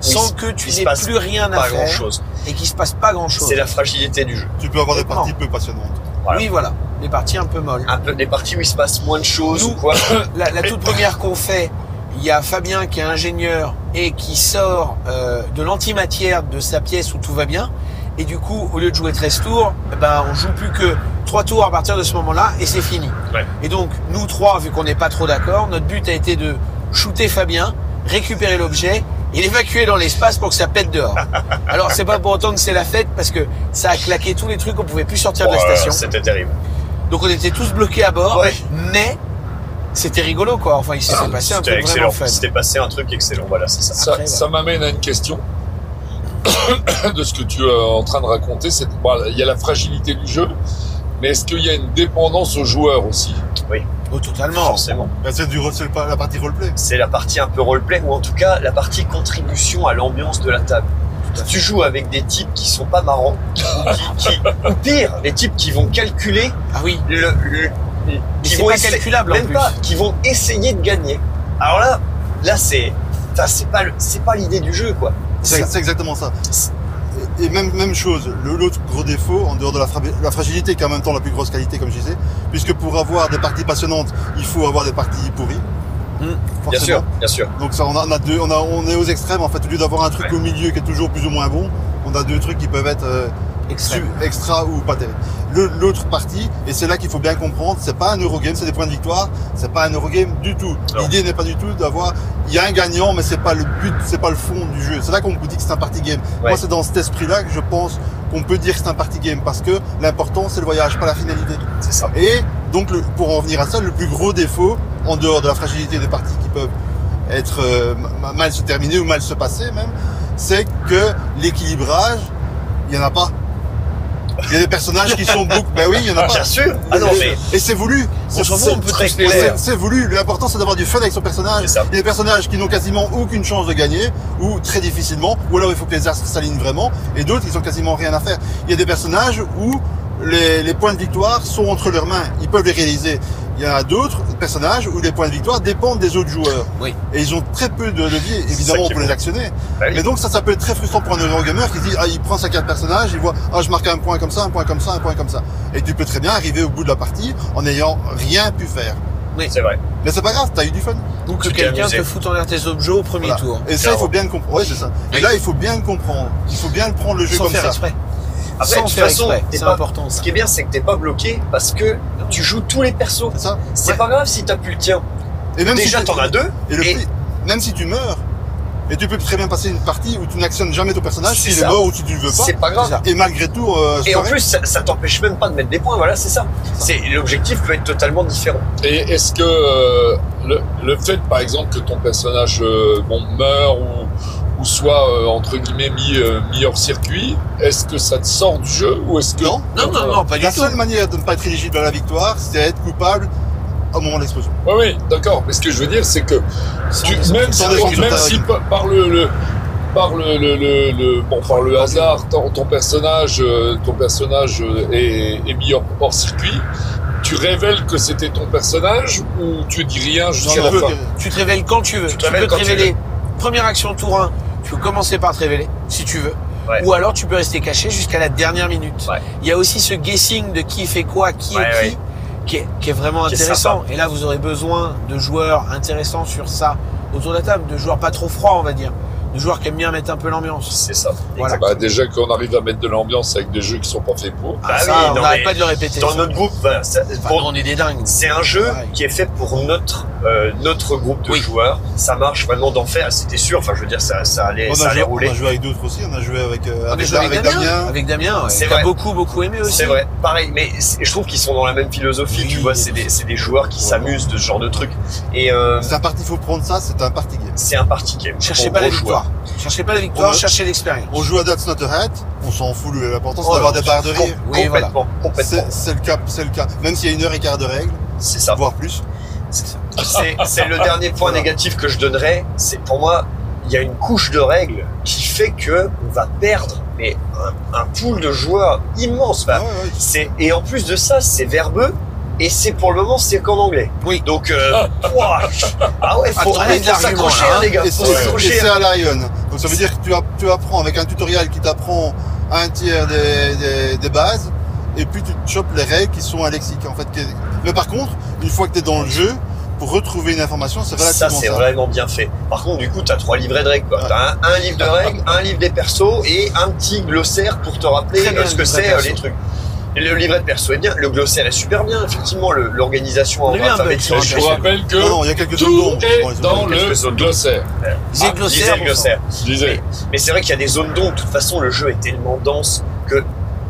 Speaker 4: sans
Speaker 3: il-
Speaker 4: que tu
Speaker 3: il se
Speaker 4: n'aies
Speaker 3: passe
Speaker 4: plus rien à
Speaker 3: Pas
Speaker 4: faire
Speaker 3: grand-chose.
Speaker 4: et qu'il se passe pas grand chose.
Speaker 3: C'est la fragilité du jeu.
Speaker 5: Tu peux avoir des
Speaker 4: Complètement.
Speaker 5: parties peu passionnantes.
Speaker 3: voilà.
Speaker 4: Oui, voilà. Les parties un peu molles.
Speaker 3: Un peu des parties où il se passe moins de choses
Speaker 4: Nous-
Speaker 3: ou quoi.
Speaker 4: La, la toute première qu'on fait, il y a Fabien qui est ingénieur et qui sort euh, de l'antimatière de sa pièce où tout va bien. Et du coup, au lieu de jouer 13 tours, eh ben, on joue plus que 3 tours à partir de ce moment-là et c'est fini.
Speaker 3: Ouais.
Speaker 4: Et donc, nous trois, vu qu'on n'est pas trop d'accord, notre but a été de shooter Fabien, récupérer l'objet et l'évacuer dans l'espace pour que ça pète dehors. Alors, c'est pas pour autant que c'est la fête parce que ça a claqué tous les trucs, on pouvait plus sortir de la
Speaker 3: Oh là là,
Speaker 4: station.
Speaker 3: C'était terrible.
Speaker 4: Donc on était tous bloqués à bord,
Speaker 3: Ouais.
Speaker 4: mais c'était rigolo quoi. Enfin, il s'est
Speaker 3: Ah,
Speaker 4: passé un
Speaker 3: C'était
Speaker 4: truc
Speaker 3: excellent.
Speaker 4: vraiment fun.
Speaker 3: C'était passé un truc excellent. Voilà, c'est ça.
Speaker 2: Ça,
Speaker 4: Après, ouais.
Speaker 2: ça m'amène à une question de ce que tu es en train de raconter. C'est bon, il y a la fragilité du jeu, mais est-ce qu'il y a une dépendance aux joueurs aussi
Speaker 4: Oh, totalement.
Speaker 3: Forcément.
Speaker 5: Bah, c'est du re- c'est le pa- la partie roleplay.
Speaker 3: c'est la partie un peu roleplay ou en tout cas la partie contribution à l'ambiance de la table. Si tu joues avec des types qui sont pas marrants, ou, qui, qui- ou pire, des types qui vont calculer
Speaker 4: Ah oui,
Speaker 3: le, le-
Speaker 4: mais
Speaker 3: qui
Speaker 4: c'est
Speaker 3: vont
Speaker 4: pas
Speaker 3: essa-
Speaker 4: calculable en
Speaker 3: même
Speaker 4: plus.
Speaker 3: pas, qui vont essayer de gagner. Alors là, là c'est, ça c'est pas le- c'est pas l'idée du jeu quoi.
Speaker 5: C'est c'est exactement ça. Et et même, même chose, le- l'autre gros défaut, en dehors de la, fra- la fragilité, qui est en même temps la plus grosse qualité, comme je disais, puisque pour avoir des parties passionnantes, il faut avoir des parties pourries.
Speaker 4: Mm.
Speaker 3: Bien
Speaker 5: Forcément.
Speaker 3: sûr, bien sûr.
Speaker 5: Donc ça, on a, on a deux, on, a, on est aux extrêmes en fait. Au lieu d'avoir un truc
Speaker 3: Ouais.
Speaker 5: au milieu qui est toujours plus ou moins bon, on a deux trucs qui peuvent être euh,
Speaker 4: Extrême.
Speaker 5: su- extra ou pas terribles. Le- L'autre partie, et c'est là qu'il faut bien comprendre, c'est pas un Eurogame, c'est des points de victoire, c'est pas un Eurogame du tout.
Speaker 3: Non.
Speaker 5: L'idée n'est pas du tout d'avoir, il y a un gagnant, mais c'est pas le but, c'est pas le fond du jeu. C'est là qu'on vous dit que c'est un party game.
Speaker 3: Ouais.
Speaker 5: Moi, c'est dans cet esprit-là que je pense qu'on peut dire que c'est un party game parce que l'important c'est le voyage, pas la finalité.
Speaker 3: C'est ça.
Speaker 5: Et donc, le- pour en venir à ça, le plus gros défaut, en dehors de la fragilité des parties qui peuvent être euh, ma- mal se terminer ou mal se passer même, c'est que l'équilibrage, il n'y en a pas. Il y a des personnages qui sont beaucoup. Ben oui, il n'y en a
Speaker 3: Bien
Speaker 5: pas.
Speaker 3: sûr. Ah non mais
Speaker 5: Et c'est voulu.
Speaker 3: on s'en fout, on peut
Speaker 5: C'est-
Speaker 3: très
Speaker 5: c'est-
Speaker 3: clair.
Speaker 5: C'est voulu. L'important, c'est d'avoir du fun avec son personnage.
Speaker 3: C'est ça.
Speaker 5: Il y a des personnages qui n'ont quasiment aucune chance de gagner, ou très difficilement, ou alors il faut que les astres s'alignent vraiment, et d'autres, ils ont quasiment rien à faire. Il y a des personnages où les, les points de victoire sont entre leurs mains, ils peuvent les réaliser. Il y a d'autres personnages où les points de victoire dépendent des autres joueurs.
Speaker 4: Oui.
Speaker 5: Et ils ont très peu de levier,
Speaker 3: ça
Speaker 5: évidemment,
Speaker 3: qui est
Speaker 5: pour les
Speaker 3: bon.
Speaker 5: actionner.
Speaker 3: Bah oui.
Speaker 5: Mais donc ça, ça peut être très frustrant pour un Eurogamer qui dit, ah, il prend sa carte personnage, il voit, ah, je marque un point comme ça, un point comme ça, un point comme ça. Et tu peux très bien arriver au bout de la partie en n'ayant rien pu faire.
Speaker 3: c'est vrai.
Speaker 5: Mais c'est pas grave, t'as eu du fun.
Speaker 4: Ou que
Speaker 3: tu t'es
Speaker 4: quelqu'un
Speaker 3: amusé.
Speaker 4: te fout en l'air tes objets au premier
Speaker 5: Voilà.
Speaker 4: tour.
Speaker 5: Et ça, il faut bien le comprendre. Ouais, c'est ça. Et
Speaker 4: Oui.
Speaker 5: là, il faut bien le comprendre. Il faut bien le prendre le jeu
Speaker 4: Sans
Speaker 5: comme
Speaker 4: faire
Speaker 5: ça.
Speaker 4: exprès.
Speaker 3: Après,
Speaker 4: sans
Speaker 3: de toute
Speaker 4: faire
Speaker 3: façon,
Speaker 4: exprès.
Speaker 3: t'es
Speaker 4: C'est
Speaker 3: pas-
Speaker 4: important.
Speaker 3: Ce
Speaker 4: ça.
Speaker 3: qui est bien, c'est que t'es pas bloqué parce que tu joues tous les persos.
Speaker 5: C'est ça
Speaker 3: C'est
Speaker 4: Ouais.
Speaker 3: pas grave si t'as plus le tien.
Speaker 5: Et même
Speaker 3: Déjà,
Speaker 5: si
Speaker 3: t'en as deux.
Speaker 5: Et le
Speaker 3: Et-
Speaker 5: pire, même si tu meurs, et tu peux très bien passer une partie où tu n'actionnes jamais ton personnage,
Speaker 3: C'est
Speaker 5: s'il est
Speaker 3: ça.
Speaker 5: mort ou si tu ne veux
Speaker 3: C'est
Speaker 5: pas.
Speaker 3: pas grave.
Speaker 4: C'est ça.
Speaker 5: Et malgré tout, euh,
Speaker 3: Et en
Speaker 5: soirée,
Speaker 3: plus, ça, ça t'empêche même pas de mettre des points. Voilà, c'est ça. C'est l'objectif peut être totalement différent.
Speaker 2: Et est-ce que euh, le, le fait, par exemple, que ton personnage euh, bon, meurt ou, ou soit, euh, entre guillemets, mis, euh, mis hors circuit, est-ce que ça te sort du jeu ou est-ce que...
Speaker 5: Non.
Speaker 4: Non, non, non, pas du
Speaker 5: la
Speaker 4: tout.
Speaker 5: seule manière de ne pas être éligible à la victoire, c'est d'être coupable au moment de l'explosion.
Speaker 2: Oui, oui, d'accord. Mais ce que je veux dire, c'est que tu- même si,
Speaker 5: sans défendre
Speaker 2: même
Speaker 5: ta
Speaker 2: si
Speaker 5: règle.
Speaker 2: pa- par le... le- par le, le- le- le- bon, par le hasard, ton, ton personnage, euh, ton personnage euh, est, est mis hors, hors circuit. Tu révèles que c'était ton personnage ou tu dis rien jusqu'à
Speaker 5: Non,
Speaker 2: la
Speaker 5: non,
Speaker 2: fin
Speaker 5: non.
Speaker 4: Tu te révèles quand tu veux. Tu,
Speaker 3: te révèles
Speaker 4: peux te
Speaker 3: quand tu
Speaker 4: révéler. Première action tour 1, tu peux commencer par te révéler, si tu veux.
Speaker 3: Ouais.
Speaker 4: Ou alors tu peux rester caché jusqu'à la dernière minute.
Speaker 3: Ouais.
Speaker 4: Il y a aussi ce guessing de qui fait quoi, qui
Speaker 3: Ouais,
Speaker 4: est qui,
Speaker 3: ouais.
Speaker 4: qui est, qui est vraiment
Speaker 3: Qui est
Speaker 4: intéressant. Et là, vous aurez besoin de joueurs intéressants sur ça autour de la table, de joueurs pas trop froids, on va dire, de joueurs qui aiment bien mettre un peu l'ambiance.
Speaker 3: C'est ça.
Speaker 4: Voilà.
Speaker 2: Bah, déjà qu'on arrive à mettre de l'ambiance avec des jeux qui sont pas faits pour.
Speaker 3: Bah
Speaker 4: Ah, ça,
Speaker 3: oui,
Speaker 4: on
Speaker 3: non,
Speaker 4: n'arrête
Speaker 3: mais
Speaker 4: pas de le répéter.
Speaker 3: Dans
Speaker 4: ça.
Speaker 3: notre groupe, voilà, ça-
Speaker 4: Enfin,
Speaker 3: pour-
Speaker 4: on est des dingues.
Speaker 3: c'est un jeu
Speaker 4: Ouais.
Speaker 3: qui est fait pour notre euh, notre groupe de joueurs. Ça marche vraiment d'enfer. C'était sûr. Enfin, je veux dire, ça, ça allait,
Speaker 5: On
Speaker 3: ça
Speaker 5: a,
Speaker 3: allait
Speaker 5: joué,
Speaker 3: rouler.
Speaker 5: on a joué avec d'autres aussi, on a joué avec, euh,
Speaker 4: On est
Speaker 5: avec,
Speaker 4: joué
Speaker 5: avec Damien.
Speaker 4: Avec Damien, ouais.
Speaker 3: C'est
Speaker 4: T'as
Speaker 3: vrai.
Speaker 4: beaucoup, beaucoup aimé aussi.
Speaker 3: C'est vrai, pareil, mais c'est- je trouve qu'ils sont dans la même philosophie,
Speaker 5: Oui,
Speaker 3: tu vois, c'est
Speaker 5: bien
Speaker 3: des, c'est des joueurs qui s'amusent de ce genre de truc. Et euh,
Speaker 5: C'est un parti, il faut prendre ça, c'est un parti game.
Speaker 3: c'est un party game.
Speaker 4: Cherchez
Speaker 3: pour
Speaker 4: pas la
Speaker 3: gros
Speaker 4: victoire. Cherchez pas la
Speaker 5: On
Speaker 4: victoire,
Speaker 5: a-
Speaker 4: cherchez l'expérience.
Speaker 5: On joue à That's Not a Hat, on s'en fout, le- l'important c'est
Speaker 3: Oh,
Speaker 5: d'avoir
Speaker 3: non,
Speaker 5: des barres de
Speaker 3: joueurs. Com-
Speaker 5: rire.
Speaker 4: Oui, voilà.
Speaker 3: complètement, complètement.
Speaker 5: C'est c'est le cas, c'est le cas. Même s'il y a une heure et quart de règles,
Speaker 3: C'est ça.
Speaker 5: voire plus.
Speaker 3: C'est c'est le dernier point
Speaker 5: Voilà.
Speaker 3: négatif que je donnerais. C'est pour moi, il y a une couche de règles qui fait que on va perdre, mais un, un pool de joueurs immense. Enfin,
Speaker 5: Ah ouais, ouais.
Speaker 3: C'est et en plus de ça, c'est verbeux et c'est pour le moment c'est qu'en anglais.
Speaker 4: Oui.
Speaker 3: Donc euh, ouah, ah ouais, faut,
Speaker 4: Attends, il y a
Speaker 3: faut
Speaker 4: de l'argument,
Speaker 3: s'accrocher,
Speaker 4: là,
Speaker 3: hein, les gars.
Speaker 5: Et
Speaker 3: Faut hein.
Speaker 5: c'est et
Speaker 3: s'accrocher.
Speaker 5: c'est à l'Arion. Donc ça veut dire que tu, app- tu apprends avec un tutoriel qui t'apprend un tiers des, des- des bases, et puis tu te chopes les règles qui sont à lexique. En fait, qui est- Mais par contre, une fois que tu es dans le jeu, pour retrouver une information, c'est
Speaker 3: Ça,
Speaker 5: relativement
Speaker 3: c'est
Speaker 5: simple.
Speaker 3: vraiment bien fait. Par contre, du coup, t'as trois livrets de règles. quoi.
Speaker 5: Ouais.
Speaker 3: T'as un, un livre de règles, un livre des persos et un petit glossaire pour te rappeler
Speaker 4: Ah. Très bien,
Speaker 3: euh, ce
Speaker 4: le
Speaker 3: que
Speaker 4: livret
Speaker 3: c'est euh,
Speaker 4: perso.
Speaker 3: les trucs. Et Le livret de perso est bien, le glossaire est super bien, effectivement, le- l'organisation en
Speaker 4: Lui, un bug
Speaker 3: alphabétique.
Speaker 4: sur
Speaker 2: Et
Speaker 4: un
Speaker 2: je
Speaker 4: bien
Speaker 2: vous
Speaker 4: sûr.
Speaker 2: rappelle que
Speaker 5: Non, non, il y a
Speaker 2: tout
Speaker 5: quelques secondes.
Speaker 2: est dans le
Speaker 3: quelques zones d'ombre.
Speaker 2: glossaire.
Speaker 4: Lisez le
Speaker 3: Ah,
Speaker 4: glossaire,
Speaker 3: lisez le
Speaker 4: bon
Speaker 3: glossaire.
Speaker 2: Je disais,
Speaker 3: Mais c'est vrai qu'il y a des zones d'ombre. De toute façon, le jeu est tellement dense que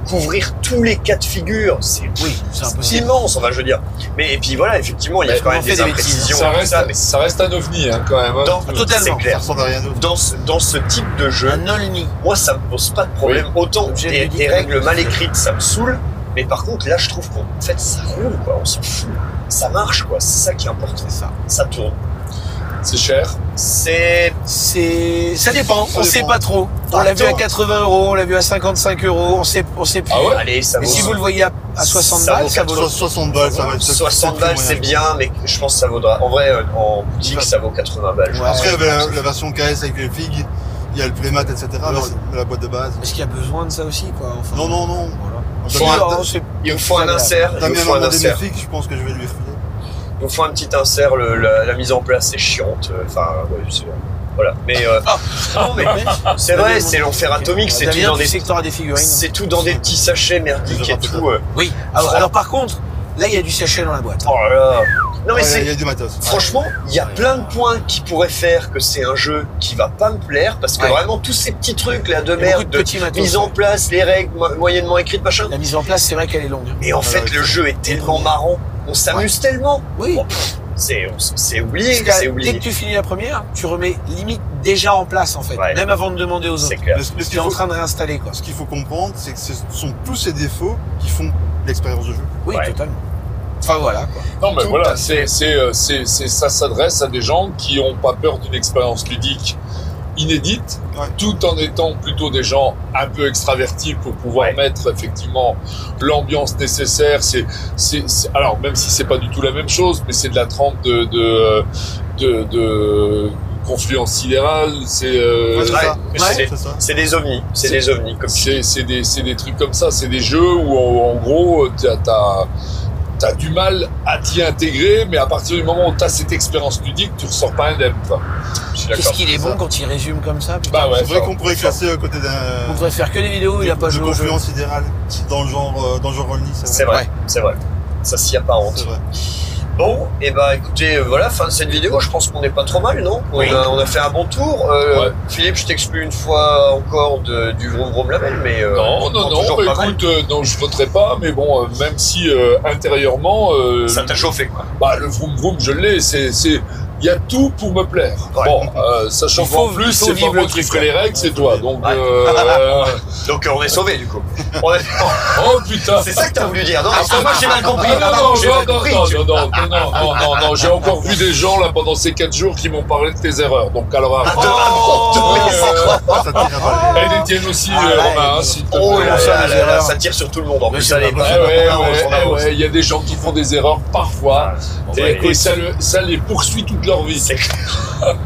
Speaker 3: couvrir tous les cas de figure, c'est
Speaker 4: sang. Oui, c'est
Speaker 3: c'est
Speaker 4: impossible. Bah,
Speaker 3: immense, enfin, je veux dire. Mais et puis voilà, effectivement, il y a
Speaker 2: Mais
Speaker 3: quand
Speaker 4: on
Speaker 3: même
Speaker 4: fait
Speaker 3: des
Speaker 4: des
Speaker 3: imprécisions.
Speaker 2: ça
Speaker 3: et tout
Speaker 2: reste,
Speaker 3: ça, mais
Speaker 2: ça reste un ovni hein, quand même. hein.
Speaker 3: dans,
Speaker 4: Ah, Totalement.
Speaker 3: c'est
Speaker 5: Ça
Speaker 3: clair.
Speaker 5: ressemble à rien d'autre.
Speaker 3: Dans ce, dans ce type de jeu,
Speaker 4: Un Olni.
Speaker 3: moi ça me pose pas de problème. Autant
Speaker 4: Objet
Speaker 3: des,
Speaker 4: ludique,
Speaker 3: des
Speaker 4: ouais.
Speaker 3: règles mal écrites, ça me saoule, mais par contre là je trouve qu'en fait ça roule quoi, on s'en fout. Ça marche quoi, c'est ça qui est important.
Speaker 4: C'est ça.
Speaker 3: Ça tourne.
Speaker 2: C'est cher.
Speaker 3: C'est
Speaker 4: C'est, ça dépend.
Speaker 5: Ça
Speaker 4: On
Speaker 5: dépend.
Speaker 4: sait pas trop. On l'a vu à
Speaker 2: 80
Speaker 3: Attends.
Speaker 4: 80 euros, on l'a vu à 55 euros, on sait, on sait plus.
Speaker 2: Ah ouais
Speaker 3: allez, ça
Speaker 4: Et
Speaker 3: vaut.
Speaker 4: si vous le voyez à, à 60
Speaker 3: Ça vaut
Speaker 4: balles, ça vaut.
Speaker 5: So- 60 balles, ça va être
Speaker 3: 60 balles c'est bien, mais je pense que ça vaudra. En vrai, euh, en boutique ça vaut 80 balles. je
Speaker 4: Ouais.
Speaker 3: pense.
Speaker 5: Après, il y avait la, la version KS avec les figues, il y a le playmat, etc.
Speaker 4: Non.
Speaker 5: La, la boîte de base.
Speaker 4: Est-ce qu'il y a besoin de ça aussi, quoi enfin,
Speaker 5: Non, non, non.
Speaker 4: Voilà.
Speaker 5: Damien-
Speaker 3: un-
Speaker 4: Non, c'est-
Speaker 3: Il me faut un insert, il me
Speaker 5: Damien
Speaker 3: faut
Speaker 5: m'a
Speaker 3: un
Speaker 5: demandé mes
Speaker 3: insert.
Speaker 5: figues, je pense que je vais lui refiler.
Speaker 3: Il me faut un petit insert, le- la, la mise en place c'est chiante. Enfin, ouais, c'est- voilà. Mais, euh, non, mais
Speaker 4: Ah,
Speaker 3: c'est vrai, c'est l'enfer atomique, c'est tout
Speaker 4: Damien,
Speaker 3: dans
Speaker 4: tu
Speaker 3: des
Speaker 4: sais que t'auras des figurines.
Speaker 3: C'est tout dans des petits sachets merdiques et tout. euh.
Speaker 4: Oui. Ah, Alors, alors, par contre, là, il y a du sachet dans la boîte.
Speaker 3: Oh là là. Non mais
Speaker 5: Ouais, Il y
Speaker 3: c'est
Speaker 5: a du matos.
Speaker 3: franchement, il y a plein de points qui pourraient faire que c'est un jeu qui va pas me plaire parce que
Speaker 4: Ouais.
Speaker 3: vraiment tous ces petits trucs là de
Speaker 4: Il y a beaucoup
Speaker 3: merde,
Speaker 4: de
Speaker 3: de
Speaker 4: petits matos.
Speaker 3: mise en place, les règles mo- moyennement écrites machin.
Speaker 4: La mise en place, c'est vrai qu'elle est longue.
Speaker 3: Mais en
Speaker 5: Ouais,
Speaker 3: fait,
Speaker 5: ouais,
Speaker 3: le
Speaker 5: c'est-
Speaker 3: jeu est tellement marrant, on s'amuse tellement.
Speaker 4: Oui.
Speaker 3: Bon, pff, C'est on s- c'est oublié,
Speaker 4: Parce que
Speaker 3: c'est
Speaker 4: dès que
Speaker 3: oublié.
Speaker 4: tu finis la première, tu remets limite déjà en place, en fait.
Speaker 3: Ouais.
Speaker 4: Même avant de demander aux autres.
Speaker 3: C'est clair.
Speaker 5: Mais ce- mais ce
Speaker 4: Tu
Speaker 5: qu'il
Speaker 4: es en
Speaker 5: faut-
Speaker 4: train de réinstaller, quoi.
Speaker 5: ce qu'il faut comprendre, c'est que ce sont tous ces défauts qui font l'expérience de jeu.
Speaker 4: Oui,
Speaker 3: Ouais.
Speaker 4: totalement. Enfin, voilà, quoi.
Speaker 2: Non mais
Speaker 3: Tout à
Speaker 2: voilà, c'est
Speaker 3: fait.
Speaker 2: c'est euh, c'est c'est- ça s'adresse à des gens qui ont pas peur d'une expérience ludique inédite,
Speaker 5: Ouais.
Speaker 2: tout en étant plutôt des gens un peu extravertis pour pouvoir
Speaker 3: Ouais.
Speaker 2: mettre effectivement l'ambiance nécessaire. C'est c'est c'est- alors même si c'est pas du tout la même chose, mais c'est de la trempe de de euh, de, de confluence sidérale. C'est euh,
Speaker 5: Ouais, c'est ça.
Speaker 3: mais
Speaker 4: Ouais.
Speaker 3: c'est-
Speaker 5: C'est ça.
Speaker 3: C'est des ovnis, c'est
Speaker 2: C'est-
Speaker 3: des ovnis comme tu dis.
Speaker 2: C'est c'est des, c'est des trucs comme ça, c'est des jeux où en, en gros, t'as- t'as t'as du mal à t'y intégrer, mais à partir du moment où t'as cette expérience ludique, tu ressors pas indemne. quoi. Je suis
Speaker 4: Qu'est-ce
Speaker 2: d'accord.
Speaker 4: qu'il est bon quand il résume comme ça putain.
Speaker 2: Bah ouais.
Speaker 5: C'est vrai
Speaker 2: fort,
Speaker 5: qu'on pourrait
Speaker 2: fort.
Speaker 5: classer à côté d'un.
Speaker 4: On devrait faire que des vidéos où il a pas
Speaker 5: de
Speaker 4: joué au jeu.
Speaker 5: confluence idéale dans le genre, euh, dans le genre Rolny,
Speaker 3: C'est
Speaker 5: c'est
Speaker 3: vrai,
Speaker 4: Ouais.
Speaker 3: c'est vrai. Ça s'y apparente.
Speaker 5: C'est vrai.
Speaker 3: Bon, et bah écoutez, euh, voilà, fin de cette vidéo, je pense qu'on n'est pas trop mal, non
Speaker 4: Oui.
Speaker 3: on, a, on a fait un bon tour. Euh,
Speaker 2: Ouais.
Speaker 3: Philippe, je t'exclus une fois encore de- du Vroom Vroom Label, mais... euh,
Speaker 2: Non, non, non,
Speaker 3: toujours
Speaker 2: bah,
Speaker 3: pas mal.
Speaker 2: écoute, euh, non, je voterai pas, mais bon, euh, même si euh, intérieurement, euh,
Speaker 3: Ça t'a chauffé, quoi.
Speaker 2: bah, le vroom vroom, je l'ai, c'est, c'est, il y a tout pour me plaire.
Speaker 3: Ouais.
Speaker 2: Bon, euh, sachant
Speaker 4: Il faut-
Speaker 2: qu'en plus,
Speaker 4: il faut
Speaker 2: c'est
Speaker 4: vivre
Speaker 2: pas
Speaker 4: le
Speaker 2: moi qui
Speaker 4: truc,
Speaker 2: ferai
Speaker 4: ouais.
Speaker 2: les règles, c'est toi, donc,
Speaker 3: Ouais.
Speaker 2: euh,
Speaker 3: Donc euh, on est sauvé du coup. On est-
Speaker 2: oh putain.
Speaker 3: C'est ça que t'as voulu dire. Non, parce que moi j'ai mal compris.
Speaker 2: Ah, non,
Speaker 3: Pardon,
Speaker 2: non,
Speaker 3: j'ai mal compris.
Speaker 2: non, non, non, non, non, non, non, non, j'ai encore vu des gens là pendant ces quatre jours qui m'ont parlé de tes erreurs. Donc alors,
Speaker 3: Ah,
Speaker 2: avant,
Speaker 3: de- ah, bon,
Speaker 2: euh,
Speaker 3: de-
Speaker 5: Ça te dira pas
Speaker 2: et les tiennes aussi,
Speaker 4: Ah,
Speaker 2: euh,
Speaker 4: ouais,
Speaker 2: Romain, hein,
Speaker 4: ouais.
Speaker 2: s'il te
Speaker 3: Oh
Speaker 2: plaît.
Speaker 3: là
Speaker 4: Ouais,
Speaker 3: là
Speaker 4: les
Speaker 3: là là,
Speaker 4: erreurs.
Speaker 3: ça tire sur tout le monde en
Speaker 4: Mais
Speaker 3: plus.
Speaker 4: c'est
Speaker 3: Allez,
Speaker 4: pas
Speaker 2: Eh
Speaker 3: bah,
Speaker 2: ouais, ouais,
Speaker 3: on avance, on
Speaker 2: eh
Speaker 3: avance.
Speaker 2: ouais, il y a des gens qui font des erreurs parfois
Speaker 3: Bon, bah,
Speaker 2: et, et
Speaker 3: écoute,
Speaker 2: ça, le- ça les poursuit toute leur vie.
Speaker 3: C'est clair.
Speaker 4: Bah,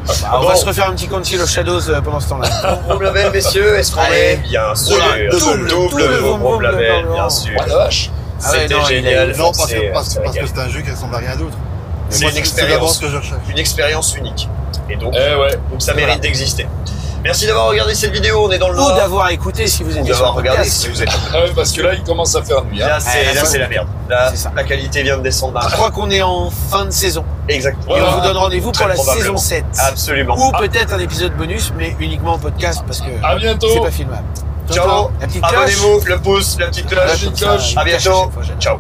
Speaker 4: on va se refaire un petit Conceal of Shadows euh, pendant ce temps-là.
Speaker 3: Vroom Label, messieurs, est-ce qu'on
Speaker 4: Allez.
Speaker 3: est bien sûr
Speaker 5: Voilà, double,
Speaker 4: double
Speaker 3: Vroom
Speaker 4: Vroom Vroom
Speaker 3: Label,
Speaker 4: Label,
Speaker 3: bien
Speaker 4: non.
Speaker 3: sûr.
Speaker 2: Ah, la vache.
Speaker 4: Ah ouais,
Speaker 3: C'était
Speaker 4: non, il est-
Speaker 3: génial.
Speaker 5: Non, parce
Speaker 3: C'est- euh,
Speaker 5: que parce
Speaker 3: c'est
Speaker 5: que- parce que
Speaker 3: régal.
Speaker 5: c'est un jeu qui ressemble à rien d'autre. Et
Speaker 3: C'est
Speaker 5: moi,
Speaker 3: une
Speaker 5: C'est d'abord
Speaker 3: expérience.
Speaker 5: ce que je recherche.
Speaker 3: une expérience unique. Et donc,
Speaker 2: Eh ouais.
Speaker 3: donc ça
Speaker 4: Voilà.
Speaker 3: mérite d'exister. Merci d'avoir regardé cette vidéo, on est dans le
Speaker 4: Ou
Speaker 3: noir.
Speaker 4: d'avoir écouté si vous
Speaker 3: Ou
Speaker 4: étiez sur
Speaker 3: d'avoir
Speaker 4: le
Speaker 3: regardé
Speaker 4: podcast.
Speaker 3: si vous êtes.
Speaker 2: Ah ouais, parce que là, il commence à faire nuit. hein.
Speaker 3: Là, c'est
Speaker 4: Ah,
Speaker 3: là,
Speaker 4: ça-
Speaker 3: c'est la merde. Là,
Speaker 4: C'est ça. Ah.
Speaker 3: la qualité vient de descendre. d'un
Speaker 4: Je
Speaker 3: cran.
Speaker 4: crois qu'on est en fin de saison.
Speaker 3: Exactement.
Speaker 4: Et
Speaker 2: Voilà.
Speaker 4: on vous donne rendez-vous
Speaker 3: Très
Speaker 4: pour la
Speaker 3: probablement. Ah,
Speaker 4: saison 7.
Speaker 3: Absolument.
Speaker 4: Ou peut-être un épisode bonus, mais uniquement en podcast parce que
Speaker 2: À
Speaker 4: c'est
Speaker 2: bientôt.
Speaker 4: pas filmable.
Speaker 3: Ciao.
Speaker 4: La petite cloche.
Speaker 3: Abonnez-vous, le pouce, la petite
Speaker 4: La
Speaker 3: cloche.
Speaker 4: petite cloche.
Speaker 3: À bientôt.
Speaker 4: Chaque fois, j'adore.
Speaker 3: Ciao.